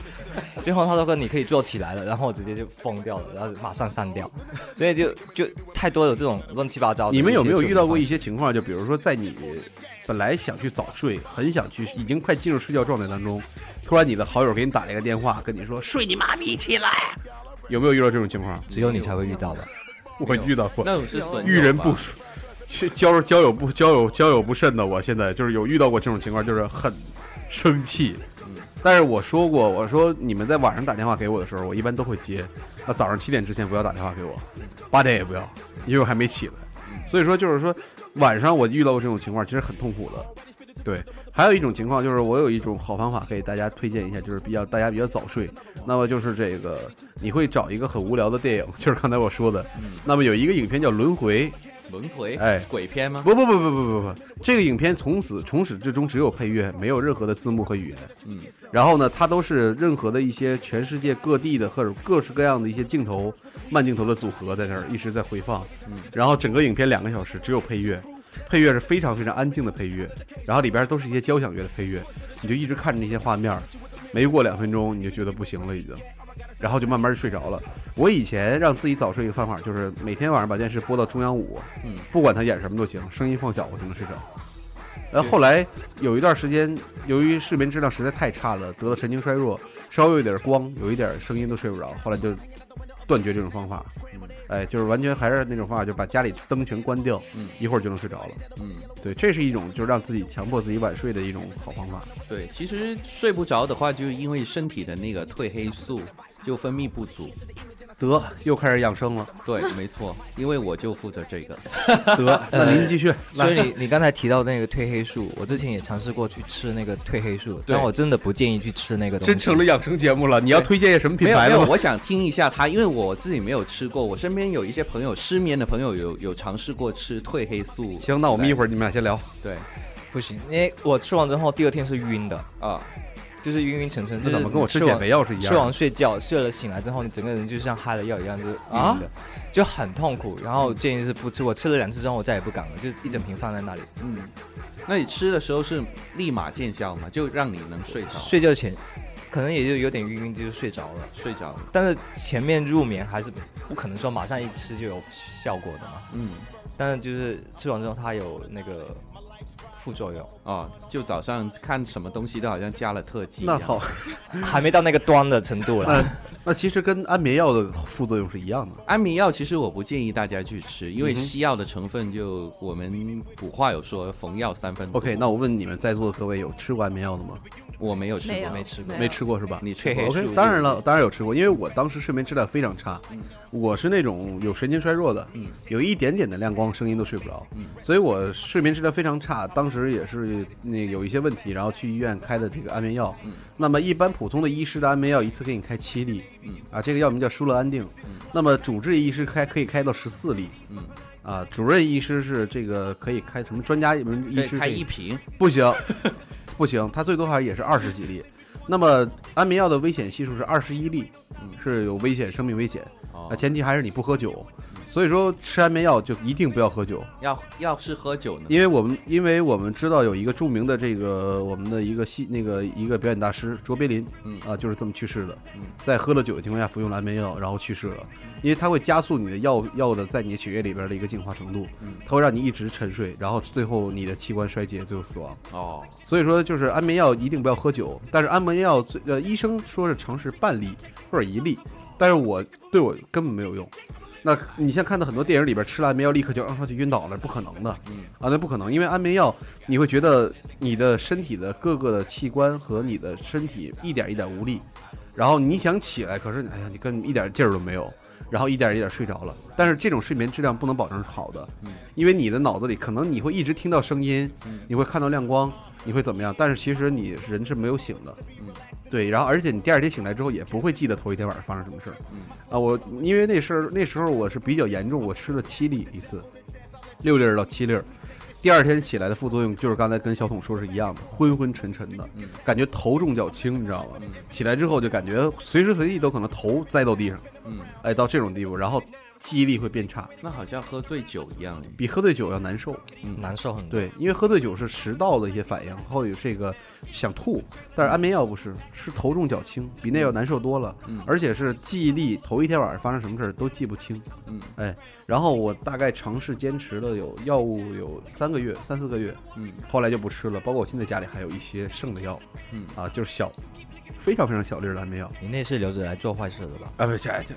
[SPEAKER 3] 最后他都说你可以坐起来了，然后我直接就疯掉了，然后马上删掉，所以就就太多有这种乱七八糟的一
[SPEAKER 1] 你
[SPEAKER 3] 些
[SPEAKER 1] 们
[SPEAKER 3] 处理方式。
[SPEAKER 1] 有没有遇到过一些情况？就比如说，在你本来想去早睡，很想去，已经快进入睡觉状态当中，突然你的好友给你打了一个电话，跟你说“睡你妈咪起来”，有没有遇到这种情况？
[SPEAKER 3] 只有你才会遇到的？
[SPEAKER 1] 我遇到过，
[SPEAKER 2] 那种是损
[SPEAKER 1] 遇人
[SPEAKER 2] 友吧
[SPEAKER 1] 不淑，是交交友不交友交友不慎的。我现在就是有遇到过这种情况，就是很生气。但是我说过，我说你们在晚上打电话给我的时候，我一般都会接。那早上七点之前不要打电话给我，八点也不要，因为我还没起来。所以说，就是说晚上我遇到过这种情况，其实很痛苦的。对，还有一种情况就是，我有一种好方法给大家推荐一下，就是比较大家比较早睡，那么就是这个你会找一个很无聊的电影，就是刚才我说的，那么有一个影片叫《轮回》，
[SPEAKER 2] 轮回
[SPEAKER 1] 哎
[SPEAKER 2] 鬼片吗？
[SPEAKER 1] 不不不不不不不，这个影片从此从始至终只有配乐，没有任何的字幕和语言。
[SPEAKER 2] 嗯，
[SPEAKER 1] 然后呢，它都是任何的一些全世界各地的或者各式各样的一些镜头、慢镜头的组合在那儿一直在回放。嗯，然后整个影片两个小时只有配乐，配乐是非常非常安静的配乐，然后里边都是一些交响乐的配乐，你就一直看着那些画面儿，没过两分钟你就觉得不行了已经。然后就慢慢地睡着了。我以前让自己早睡一个方法，就是每天晚上把电视播到中央五，
[SPEAKER 2] 嗯，
[SPEAKER 1] 不管他演什么都行，声音放小我就能睡着。然后后来有一段时间，由于睡眠质量实在太差了，得了神经衰弱，稍微有点光，有一点声音都睡不着。后来就断绝这种方法，
[SPEAKER 2] 嗯
[SPEAKER 1] 哎，就是完全还是那种方法，就把家里灯全关掉，
[SPEAKER 2] 嗯
[SPEAKER 1] 一会儿就能睡着了。
[SPEAKER 2] 嗯，
[SPEAKER 1] 对，这是一种就是让自己强迫自己晚睡的一种好方法。
[SPEAKER 2] 对，其实睡不着的话，就是因为身体的那个褪黑素就分泌不足，
[SPEAKER 1] 得又开始养生了，
[SPEAKER 2] 对，没错，因为我就负责这个。
[SPEAKER 1] 得，那您继续，
[SPEAKER 3] 所以
[SPEAKER 1] 来，
[SPEAKER 3] 你你刚才提到那个褪黑素，我之前也尝试过去吃那个褪黑素，
[SPEAKER 2] 对
[SPEAKER 3] 但我真的不建议去吃那个东 西。
[SPEAKER 1] 真成了养生节目了。你要推荐一下什么品
[SPEAKER 2] 没有
[SPEAKER 1] 牌
[SPEAKER 2] 没
[SPEAKER 1] 的
[SPEAKER 2] 有，
[SPEAKER 1] 吗？
[SPEAKER 2] 我想听一下他，因为我自己没有吃过，我身边有一些朋友失眠的朋友有有尝试过吃褪黑素。
[SPEAKER 1] 行，那我们一会儿你们俩先聊。
[SPEAKER 2] 对
[SPEAKER 3] 不行，因为我吃完之后第二天是晕的，
[SPEAKER 2] 啊，
[SPEAKER 3] 就是晕晕沉沉，就
[SPEAKER 1] 这
[SPEAKER 3] 是
[SPEAKER 1] 怎么跟我吃
[SPEAKER 3] 完
[SPEAKER 1] 减肥药是一样
[SPEAKER 3] 吃
[SPEAKER 1] 的？
[SPEAKER 3] 完睡觉，睡了醒来之后，你整个人就像嗨了药一样，就是晕的，
[SPEAKER 1] 啊
[SPEAKER 3] 就很痛苦。然后建议是不吃，我吃了两次之后，我再也不敢了，就一整瓶放在那里。
[SPEAKER 2] 嗯，那你吃的时候是立马见效嘛，就让你能睡着，
[SPEAKER 3] 睡觉前，可能也就有点晕晕，就是睡着了。
[SPEAKER 2] 睡着了。
[SPEAKER 3] 但是前面入眠还是不可能说马上一吃就有效果的嘛。
[SPEAKER 2] 嗯，
[SPEAKER 3] 但是就是吃完之后，它有那个副作 用，
[SPEAKER 2] 哦，就早上看什么东西都好像加了特技。
[SPEAKER 1] 那好，，
[SPEAKER 3] 还没到那个端的程度
[SPEAKER 1] 那
[SPEAKER 3] 啦。
[SPEAKER 1] 那其实跟安眠药的副作用是一样的。
[SPEAKER 2] 安眠药其实我不建议大家去吃，
[SPEAKER 1] 嗯
[SPEAKER 2] 因为西药的成分就我们古话有说“逢药三分毒”
[SPEAKER 1] OK，那我问你们在座的各位有吃过安眠药的吗？
[SPEAKER 2] 我没有吃
[SPEAKER 5] 没
[SPEAKER 2] 过，
[SPEAKER 5] 有
[SPEAKER 3] 没吃过
[SPEAKER 5] 有
[SPEAKER 1] 没吃过是吧？
[SPEAKER 2] 你吃
[SPEAKER 3] 黑
[SPEAKER 2] 过
[SPEAKER 3] 黑
[SPEAKER 1] OK，当然了，当然有吃过，因为我当时睡眠质量非常差，我是那种有神经衰弱的，
[SPEAKER 2] 嗯
[SPEAKER 1] 有一点点的亮光声音都睡不着，
[SPEAKER 2] 嗯
[SPEAKER 1] 所以我睡眠质量非常差。当时也是那有一些问题，然后去医院开的这个安眠药。
[SPEAKER 2] 嗯
[SPEAKER 1] 那么一般普通的医师的安眠药一次给你开七粒，
[SPEAKER 2] 嗯
[SPEAKER 1] 啊，这个药名叫舒乐安定。
[SPEAKER 2] 嗯
[SPEAKER 1] 那么主治医师开可以开到十四粒。
[SPEAKER 2] 嗯，
[SPEAKER 1] 啊，主任医师是这个可以开什么专家医
[SPEAKER 2] 对，
[SPEAKER 1] 师
[SPEAKER 2] 开
[SPEAKER 1] 可以
[SPEAKER 2] 一瓶，
[SPEAKER 1] 不行， 不行，它最多好像也是二十几粒。那么安眠药的危险系数是二十一粒，
[SPEAKER 2] 嗯
[SPEAKER 1] 是有危险生命危险。啊，
[SPEAKER 2] 哦，
[SPEAKER 1] 前提还是你不喝酒。所以说吃安眠药就一定不要喝酒，
[SPEAKER 2] 要要是喝酒呢，
[SPEAKER 1] 因为我们因为我们知道有一个著名的这个我们的一个戏那个一个表演大师卓别林，
[SPEAKER 2] 嗯
[SPEAKER 1] 啊就是这么去世的
[SPEAKER 2] 嗯，
[SPEAKER 1] 在喝了酒的情况下服用了安眠药，然后去世了，因为它会加速你的药药的在你的血液里边的一个净化程度
[SPEAKER 2] 嗯，
[SPEAKER 1] 它会让你一直沉睡，然后最后你的器官衰竭，最后死亡。
[SPEAKER 2] 哦，
[SPEAKER 1] 所以说，就是安眠药一定不要喝酒，但是安眠药最呃，医生说是常是半粒或者一粒，但是我对我根本没有用。那你像看到很多电影里边吃了安眠药，立刻就让他就晕倒了，不可能的啊，
[SPEAKER 2] 嗯
[SPEAKER 1] 那不可能，因为安眠药你会觉得你的身体的各个的器官和你的身体一点一点无力，然后你想起来，可是你哎呀，你根本一点劲儿都没有，然后一点一点睡着了。但是这种睡眠质量不能保证是好的，
[SPEAKER 2] 嗯
[SPEAKER 1] 因为你的脑子里可能你会一直听到声音，
[SPEAKER 2] 嗯
[SPEAKER 1] 你会看到亮光，你会怎么样？但是其实你人是没有醒的，
[SPEAKER 2] 嗯
[SPEAKER 1] 对。然后而且你第二天醒来之后也不会记得头一天晚上发生什么事儿
[SPEAKER 2] 嗯
[SPEAKER 1] 啊。我因为那时候那时候我是比较严重，我吃了七粒一次，六粒儿到七粒儿。第二天起来的副作用就是刚才跟小桶说是一样的，昏昏沉沉的，
[SPEAKER 2] 嗯
[SPEAKER 1] 感觉头重脚轻，你知道吗？
[SPEAKER 2] 嗯
[SPEAKER 1] 起来之后就感觉随时随地都可能头栽到地上，
[SPEAKER 2] 嗯，
[SPEAKER 1] 哎，到这种地步，然后记忆力会变差，
[SPEAKER 2] 那好像喝醉酒一样，
[SPEAKER 1] 比喝醉酒要难受。
[SPEAKER 3] 难受
[SPEAKER 2] 嗯
[SPEAKER 3] 很多。
[SPEAKER 1] 对，因为喝醉酒是食道的一些反应，会有这个想吐，但是安眠药不是，是头重脚轻，比那要难受多了，
[SPEAKER 2] 嗯
[SPEAKER 1] 而且是记忆力，头一天晚上发生什么事儿都记不清。
[SPEAKER 2] 嗯
[SPEAKER 1] 哎，然后我大概尝试坚持了有药物有三个月、三四个月，
[SPEAKER 2] 嗯
[SPEAKER 1] 后来就不吃了。包括我现在家里还有一些剩的药，
[SPEAKER 2] 嗯
[SPEAKER 1] 啊，就是小，非常非常小粒儿的安眠药。
[SPEAKER 3] 你那是留着来做坏事的吧？
[SPEAKER 1] 啊，不是，这这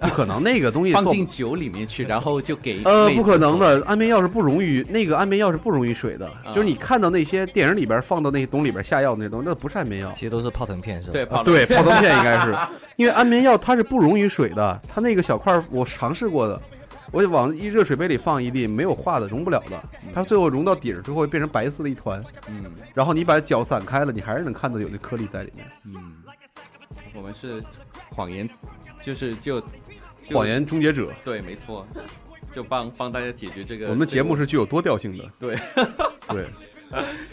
[SPEAKER 1] 不可能，那个东西
[SPEAKER 2] 放
[SPEAKER 1] 做
[SPEAKER 2] 进酒里 面去，然后就给
[SPEAKER 1] 呃，
[SPEAKER 2] 妹子
[SPEAKER 1] 不可能
[SPEAKER 2] 喝，
[SPEAKER 1] 的，安眠药是不溶于那个安眠药是不溶于水的，
[SPEAKER 2] 啊
[SPEAKER 1] 就是你看到那些电影里边放到那些东西里边下药那些东西，那不是安眠药
[SPEAKER 3] 其。实都是泡腾片是吧？
[SPEAKER 2] 对，
[SPEAKER 1] 啊，
[SPEAKER 2] 泡
[SPEAKER 1] 对，泡 腾片应该是，因为安眠药它是不溶于水的，它那个小块儿我尝试过的，我就往一热水杯里放一粒，没有化的，溶不了的，它最后溶到底儿之后会变成白色的一团，
[SPEAKER 2] 嗯
[SPEAKER 1] 然后你把脚散开了，你还是能看到有那颗粒在里面。
[SPEAKER 2] 嗯，我们是谎言，就是就就
[SPEAKER 1] 谎言终结者，
[SPEAKER 2] 对，没错，就帮帮大家解决这个。
[SPEAKER 1] 我们的节目
[SPEAKER 2] 这个
[SPEAKER 1] 是具有多调性的，
[SPEAKER 2] 对， 啊
[SPEAKER 1] 对，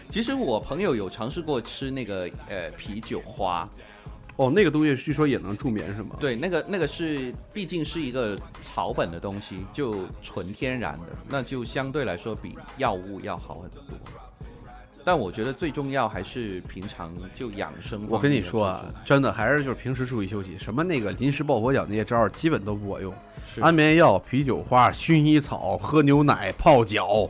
[SPEAKER 2] 其实我朋友有尝试过吃那个呃啤酒花，
[SPEAKER 1] 哦，那个东西据说也能助眠是吗？
[SPEAKER 2] 对，那个那个是毕竟是一个草本的东西，就纯天然的，那就相对来说比药物要好很多。但我觉得最重要还是平常就养生。
[SPEAKER 1] 我跟你说啊，，真的还是就是平时注意休息，什么那个临时抱佛脚那些招儿，基本都不管用。
[SPEAKER 2] 是
[SPEAKER 1] 安眠药、啤酒花、薰衣草、喝牛奶、泡脚，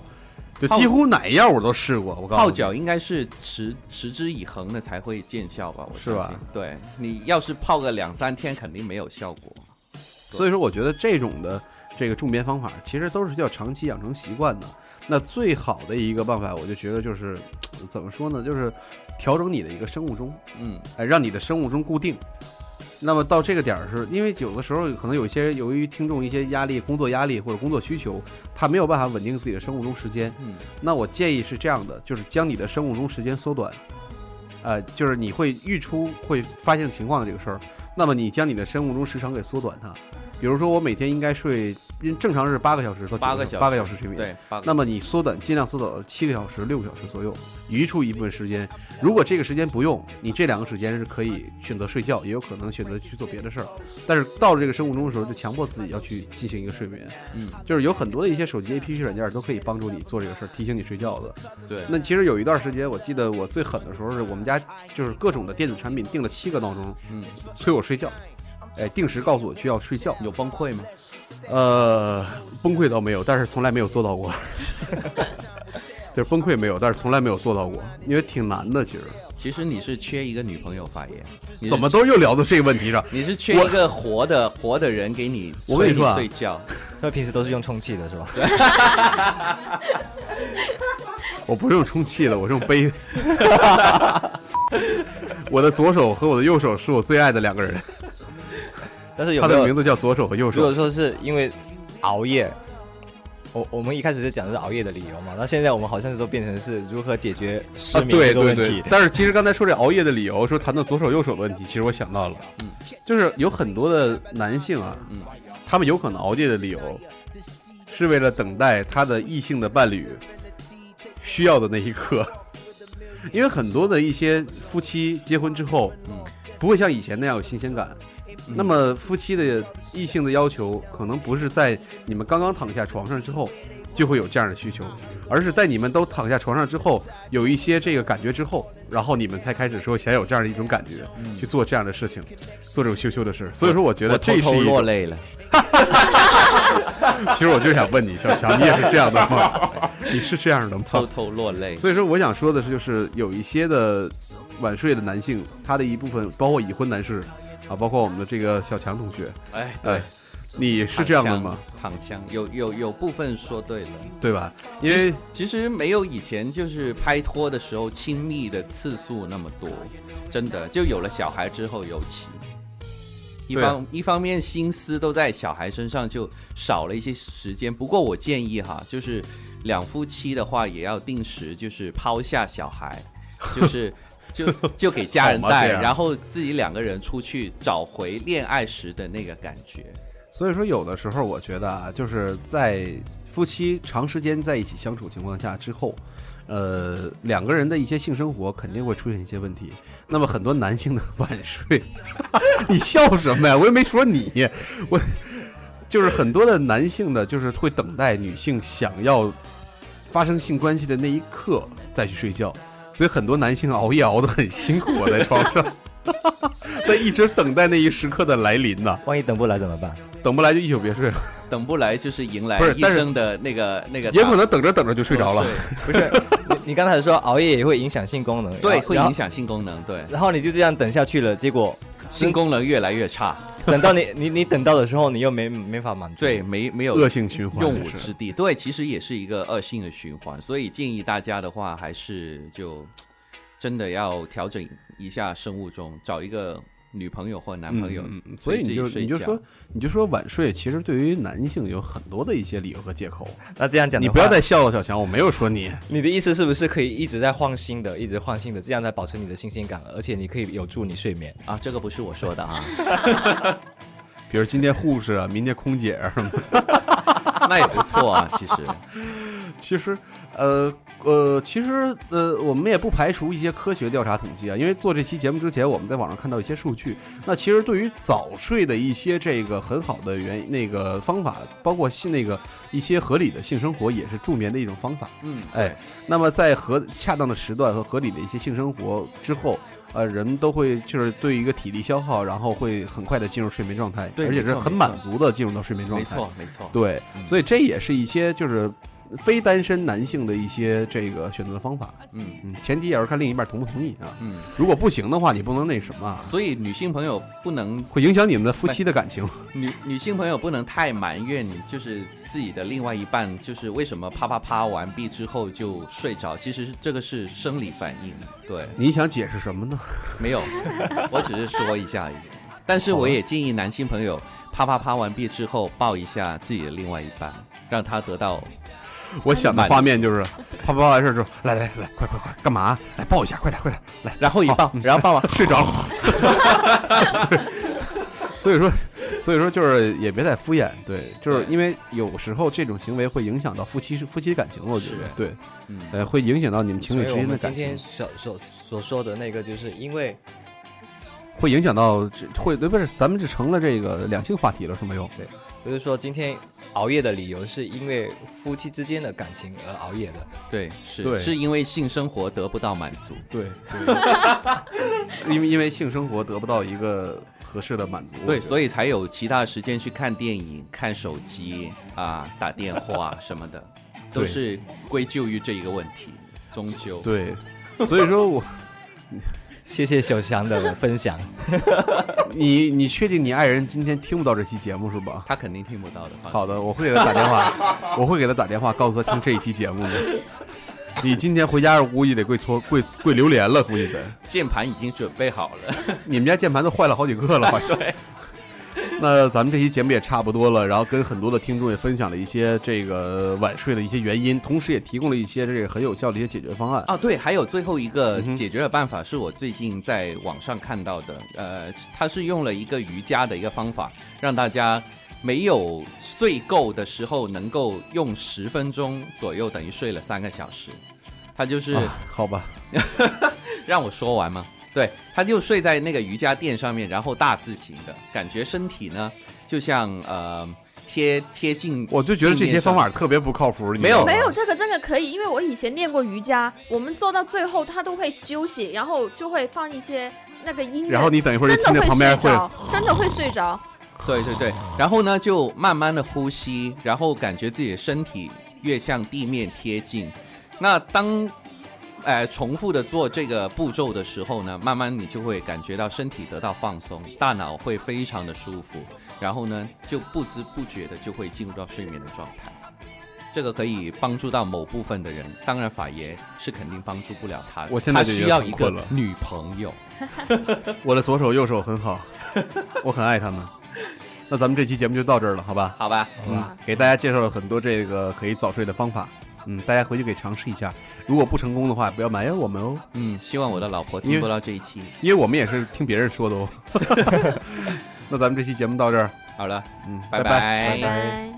[SPEAKER 1] 就几乎哪样我都试过。我告诉你
[SPEAKER 2] 泡脚应该是持持之以恒的才会见效吧？我
[SPEAKER 1] 是吧
[SPEAKER 2] 相信？对你要是泡个两三天，肯定没有效果。
[SPEAKER 1] 所以说我觉得这种的这个助眠方法，其实都是要长期养成习惯的。那最好的一个办法，我就觉得就是呃怎么说呢，就是调整你的一个生物钟，
[SPEAKER 2] 嗯
[SPEAKER 1] 哎，让你的生物钟固定。那么到这个点儿是，因为有的时候可能有一些由于听众一些压力、工作压力或者工作需求，他没有办法稳定自己的生物钟时间。
[SPEAKER 2] 嗯，
[SPEAKER 1] 那我建议是这样的，就是将你的生物钟时间缩短，呃，就是你会预出会发现情况的这个事儿，那么你将你的生物钟时长给缩短它。比如说我每天应该睡，因为正常是八个小时到
[SPEAKER 2] 八个
[SPEAKER 1] 小
[SPEAKER 2] 小
[SPEAKER 1] 八个小时睡眠，
[SPEAKER 2] 对，八
[SPEAKER 1] 嗯
[SPEAKER 2] 个
[SPEAKER 1] 那么你缩短，尽量缩短到七个小时、六个小时左右，余出一部分时间。如果这个时间不用，你这两个时间是可以选择睡觉，也有可能选择去做别的事儿。但是到了这个生物钟的时候，就强迫自己要去进行一个睡眠。
[SPEAKER 2] 嗯，
[SPEAKER 1] 就是有很多的一嗯些手机 APP 软件都可以帮助你做这个事儿，提醒你睡觉的。
[SPEAKER 2] 对，
[SPEAKER 1] 那其实有一段时间，我记得我最狠的时候是我们家就是各种的电子产品定了七个闹钟，
[SPEAKER 2] 嗯，
[SPEAKER 1] 催我睡觉，哎，定时告诉我去要睡觉。
[SPEAKER 2] 有崩溃吗？
[SPEAKER 1] 呃，崩溃倒没有，但是从来没有做到 过。就是崩溃没有，但是从来没有做到过，因为挺难的。其实
[SPEAKER 2] 其实你是缺一个女朋友，发言，你是
[SPEAKER 1] 怎么都又聊到这个问题上。
[SPEAKER 2] 你是缺
[SPEAKER 1] 我
[SPEAKER 2] 一个活的活的人给你，
[SPEAKER 1] 我跟你说啊
[SPEAKER 2] 睡觉，
[SPEAKER 3] 所以平时都是用充气的是吧？
[SPEAKER 1] 我不是用充气的，我是用 杯。我的左手和我的右手是我最爱的两个人，
[SPEAKER 3] 但是有
[SPEAKER 1] 他
[SPEAKER 3] 没
[SPEAKER 1] 的
[SPEAKER 3] 有
[SPEAKER 1] 名字叫左手和右
[SPEAKER 3] 如果
[SPEAKER 1] 手。
[SPEAKER 3] 说是因为熬夜，我我们一开始是讲的是熬夜的理由嘛，那现在我们好像都变成是如何解决失
[SPEAKER 1] 啊，
[SPEAKER 3] 眠
[SPEAKER 1] 对
[SPEAKER 3] 这个
[SPEAKER 1] 对
[SPEAKER 3] 问
[SPEAKER 1] 对
[SPEAKER 3] 题。，
[SPEAKER 1] 但是其实刚才说这熬夜的理由，说谈到左手右手的问题，其实我想到了，
[SPEAKER 2] 嗯
[SPEAKER 1] 就是有很多的男性啊，
[SPEAKER 2] 嗯
[SPEAKER 1] 他们有可能熬夜的理由，是为了等待他的异性的伴侣需要的那一刻， 因为很多的一些夫妻结婚之后，
[SPEAKER 2] 嗯
[SPEAKER 1] 不会像以前那样有新鲜感。那么夫妻的异性的要求，可能不是在你们刚刚躺下床上之后就会有这样的需求，而是在你们都躺下床上之后，有一些这个感觉之后，然后你们才开始说想有这样的一种感觉，去做这样的事情，做这种羞羞的事。所以说，我觉得
[SPEAKER 2] 嗯我
[SPEAKER 1] 这
[SPEAKER 2] 偷
[SPEAKER 1] 是
[SPEAKER 2] 偷
[SPEAKER 1] 一
[SPEAKER 2] 落
[SPEAKER 1] 种。
[SPEAKER 2] 泪了。
[SPEAKER 1] 其实我就是想问你，小强，你也是这样的 吗？你是这样的吗？
[SPEAKER 2] 偷偷落泪。
[SPEAKER 1] 所以说，我想说的是，就是有一些的晚睡的男性，他的一部分，包括已婚男士，啊，包括我们的这个小强同学，
[SPEAKER 2] 哎，
[SPEAKER 1] 哎，你是这样的吗？
[SPEAKER 2] 躺枪？躺枪，有有有部分说对了，
[SPEAKER 1] 对吧？因为
[SPEAKER 2] 其实没有以前就是拍拖的时候亲密的次数那么多，真的就有了小孩之后尤其。一
[SPEAKER 1] 对啊
[SPEAKER 2] 方一方面心思都在小孩身上，就少了一些时间。不过我建议哈，就是两夫妻的话也要定时，就是抛下 小孩，就是就就给家人
[SPEAKER 1] 好吗
[SPEAKER 2] 带，
[SPEAKER 1] 这样
[SPEAKER 2] 然后自己两个人出去找回恋爱时的那个感觉。
[SPEAKER 1] 所以说，有的时候我觉得啊，就是在夫妻长时间在一起相处情况下之后，呃，两个人的一些性生活肯定会出现一些问题。那么很多男性的晚睡， 你笑什么呀？我又没说你，我就是很多的男性的，就是会等待女性想要发生性关系的那一刻再去睡觉。所以很多男性熬夜熬得很辛苦啊，在床上， 在一直等待那一时刻的来临呢、
[SPEAKER 3] 万一等不来怎么办？
[SPEAKER 1] 等不来就一宿别睡了。
[SPEAKER 2] 等不来就是迎来
[SPEAKER 1] 不是
[SPEAKER 2] 一
[SPEAKER 1] 但是
[SPEAKER 2] 生的那个那个，
[SPEAKER 1] 也可能等着等着就睡着了。
[SPEAKER 2] 哦
[SPEAKER 3] 不是，你你刚才说熬夜也会影响性功能，
[SPEAKER 2] 对，
[SPEAKER 3] 然后
[SPEAKER 2] 会影。响性功能，对，
[SPEAKER 3] 然后然后你就这样等下去了，结果
[SPEAKER 2] 性功能越来越差，
[SPEAKER 3] 等 到你你你等到的时候，你又没没法满足。
[SPEAKER 2] 对，，没没有
[SPEAKER 1] 恶性循环，
[SPEAKER 2] 用武
[SPEAKER 1] 这是
[SPEAKER 2] 之地，对，其实也是一个恶性的循环，所以建议大家的话，还是就真的要调整一下生物钟，找一个女朋友或男朋友
[SPEAKER 1] 嗯嗯嗯，所
[SPEAKER 2] 陪
[SPEAKER 1] 以
[SPEAKER 2] 自
[SPEAKER 1] 你
[SPEAKER 2] 己
[SPEAKER 1] 就
[SPEAKER 2] 睡
[SPEAKER 1] 你就
[SPEAKER 2] 觉
[SPEAKER 1] 说你就说晚睡，其实对于男性有很多的一些理由和借口。
[SPEAKER 3] 那这样讲的
[SPEAKER 1] 你
[SPEAKER 3] 话
[SPEAKER 1] 不要再笑了，小强，我没有说你。
[SPEAKER 3] 你的意思是不是可以一直在换新的，一直换新的，这样才保持你的新鲜感，而且你可以有助你睡眠。
[SPEAKER 2] 啊，这个不是我说的啊，
[SPEAKER 1] 比如今天护士啊，明天空姐啊什么的。
[SPEAKER 2] 那也不错啊，其实，
[SPEAKER 1] 其实，呃呃，其实呃，我们也不排除一些科学调查统计啊，因为做这期节目之前，我们在网上看到一些数据。那其实对于早睡的一些这个很好的原那个方法，包括性那个一些合理的性生活，也是助眠的一种方法。
[SPEAKER 2] 嗯，
[SPEAKER 1] 哎，那么在合恰当的时段和合理的一些性生活之后，呃，人都会就是对一个体力消耗，然后会很快的进入睡眠状态，
[SPEAKER 2] 对
[SPEAKER 1] 而且
[SPEAKER 2] 没
[SPEAKER 1] 是
[SPEAKER 2] 错
[SPEAKER 1] 很
[SPEAKER 2] 没
[SPEAKER 1] 满足的进入到睡眠状
[SPEAKER 2] 没
[SPEAKER 1] 态。，
[SPEAKER 2] 错没错，
[SPEAKER 1] 对，
[SPEAKER 2] 嗯
[SPEAKER 1] 所以这也是一些就是非单身男性的一些这个选择的方法。
[SPEAKER 2] 嗯
[SPEAKER 1] 嗯，前提也是看另一半同不同意啊。
[SPEAKER 2] 嗯，
[SPEAKER 1] 如果不行的话，你不能那什么啊，
[SPEAKER 2] 所以女性朋友不能
[SPEAKER 1] 会影响你们的夫妻的感情。
[SPEAKER 2] 女女性朋友不能太埋怨，就是自己的另外一半，就是为什么啪啪啪完毕之后就睡着，其实是这个是生理反应，对，
[SPEAKER 1] 你想解释什么呢？
[SPEAKER 2] 没有，我只是说一下而已。但是我也建议男性朋友啪啪啪完毕之后抱一下自己的另外一半，让他得到
[SPEAKER 1] 我想的画面 就是，啪啪啪完事儿之后，来来来，快快快，干嘛？啊来抱一下，快点快点，来，
[SPEAKER 2] 然后一抱
[SPEAKER 1] 好，嗯
[SPEAKER 2] 然后抱 完，
[SPEAKER 1] 睡着了。 所以说，所以说就是也别太敷衍，对，就是因为有时候这种行为会影响到夫妻夫妻感情，我觉得
[SPEAKER 2] 是
[SPEAKER 1] 对，
[SPEAKER 2] 嗯，
[SPEAKER 1] 呃，会影响到你们情
[SPEAKER 3] 所
[SPEAKER 1] 侣
[SPEAKER 3] 以
[SPEAKER 1] 之
[SPEAKER 3] 我
[SPEAKER 1] 间的
[SPEAKER 3] 们
[SPEAKER 1] 感
[SPEAKER 3] 今
[SPEAKER 1] 情
[SPEAKER 3] 天，所所所说的那个，就是因为
[SPEAKER 1] 会影响到这会对不是？咱们就成了这个两性话题了，是没有？
[SPEAKER 3] 就是说今天熬夜的理由是因为夫妻之间的感情而熬夜的，
[SPEAKER 2] 对，是
[SPEAKER 1] 对
[SPEAKER 2] 是因为性生活得不到满足，
[SPEAKER 1] 对， 因为因为性生活得不到一个合适的满足，
[SPEAKER 2] 对，所
[SPEAKER 1] 以
[SPEAKER 2] 以才有其他的时间去看电影、看手机 啊、打电话什么的，都
[SPEAKER 1] 对
[SPEAKER 2] 是归咎于这一个问题，终究。
[SPEAKER 1] 对，所以说我
[SPEAKER 3] 谢谢小翔的分享。
[SPEAKER 1] 你你确定你爱人今天听不到这期节目是吧？
[SPEAKER 2] 他肯定听不到的。放心
[SPEAKER 1] 好，的，我会给他打电 话，我会给他打电话，告诉他听这一期节目的。你今天回家估计得跪搓跪跪榴莲了，估计得。
[SPEAKER 2] 键盘已经准备好了。
[SPEAKER 1] 你们家键盘都坏了好几个 了，好像。对。那咱们这期节目也差不多了，然后跟很多的听众也分享了一些这个晚睡的一些原因，同时也提供了一些这个很有效的一些解决方案。
[SPEAKER 2] 啊，对，还有最后一个
[SPEAKER 1] 嗯哼
[SPEAKER 2] 解决的办法是我最近在网上看到的，呃，他是用了一个瑜伽的一个方法，让大家没有睡够的时候能够用十分钟左右，等于睡了三个小时。他就是
[SPEAKER 5] 嗯
[SPEAKER 1] 啊好吧，
[SPEAKER 2] 让我说完吗？对，他就睡在那个瑜伽垫上面，然后大字型的感觉，身体呢就像呃贴贴近，
[SPEAKER 1] 我就觉得这些方法特别不靠谱。你知道吗
[SPEAKER 5] 没有这个真的可以，因为我以前练过瑜伽，我们做到最后他都会休息，然后就会放一些那个音乐，
[SPEAKER 1] 然后你等一会儿
[SPEAKER 5] 真
[SPEAKER 1] 就
[SPEAKER 5] 的
[SPEAKER 1] 听着
[SPEAKER 5] 会
[SPEAKER 1] 旁边
[SPEAKER 5] 睡
[SPEAKER 1] 会
[SPEAKER 5] 着，真的会睡着。
[SPEAKER 2] 对对对，然后呢就慢慢的呼吸，然后感觉自己的身体越向地面贴近。那当呃重复的做这个步骤的时候呢，慢慢你就会感觉到身体得到放松，大脑会非常的舒服，然后呢就不知不觉的就会进入到睡眠的状态。这个可以帮助到某部分的人，当然法爷是肯定帮助不了他的。
[SPEAKER 1] 我现在
[SPEAKER 2] 他
[SPEAKER 1] 就
[SPEAKER 2] 需
[SPEAKER 1] 觉得
[SPEAKER 2] 要
[SPEAKER 1] 很
[SPEAKER 2] 一个
[SPEAKER 1] 困了
[SPEAKER 2] 女朋友。
[SPEAKER 1] 我的左手右手很 好，我很爱他们。那咱们这期节目就到这儿了，好吧？
[SPEAKER 2] 好吧，
[SPEAKER 1] 嗯，给大家介绍了很多这个可以早睡的方法，嗯，大家回去可以尝试一下。如果不成功的话，不要埋怨我们哦，
[SPEAKER 2] 嗯，希望我的老婆
[SPEAKER 1] 因
[SPEAKER 2] 听
[SPEAKER 1] 为
[SPEAKER 2] 不到这一期。
[SPEAKER 1] 因为我们也是听别人 说的哦。那咱们这期节目到这儿，
[SPEAKER 2] 好了，
[SPEAKER 1] 嗯，拜
[SPEAKER 2] 拜
[SPEAKER 1] 拜
[SPEAKER 4] 拜拜。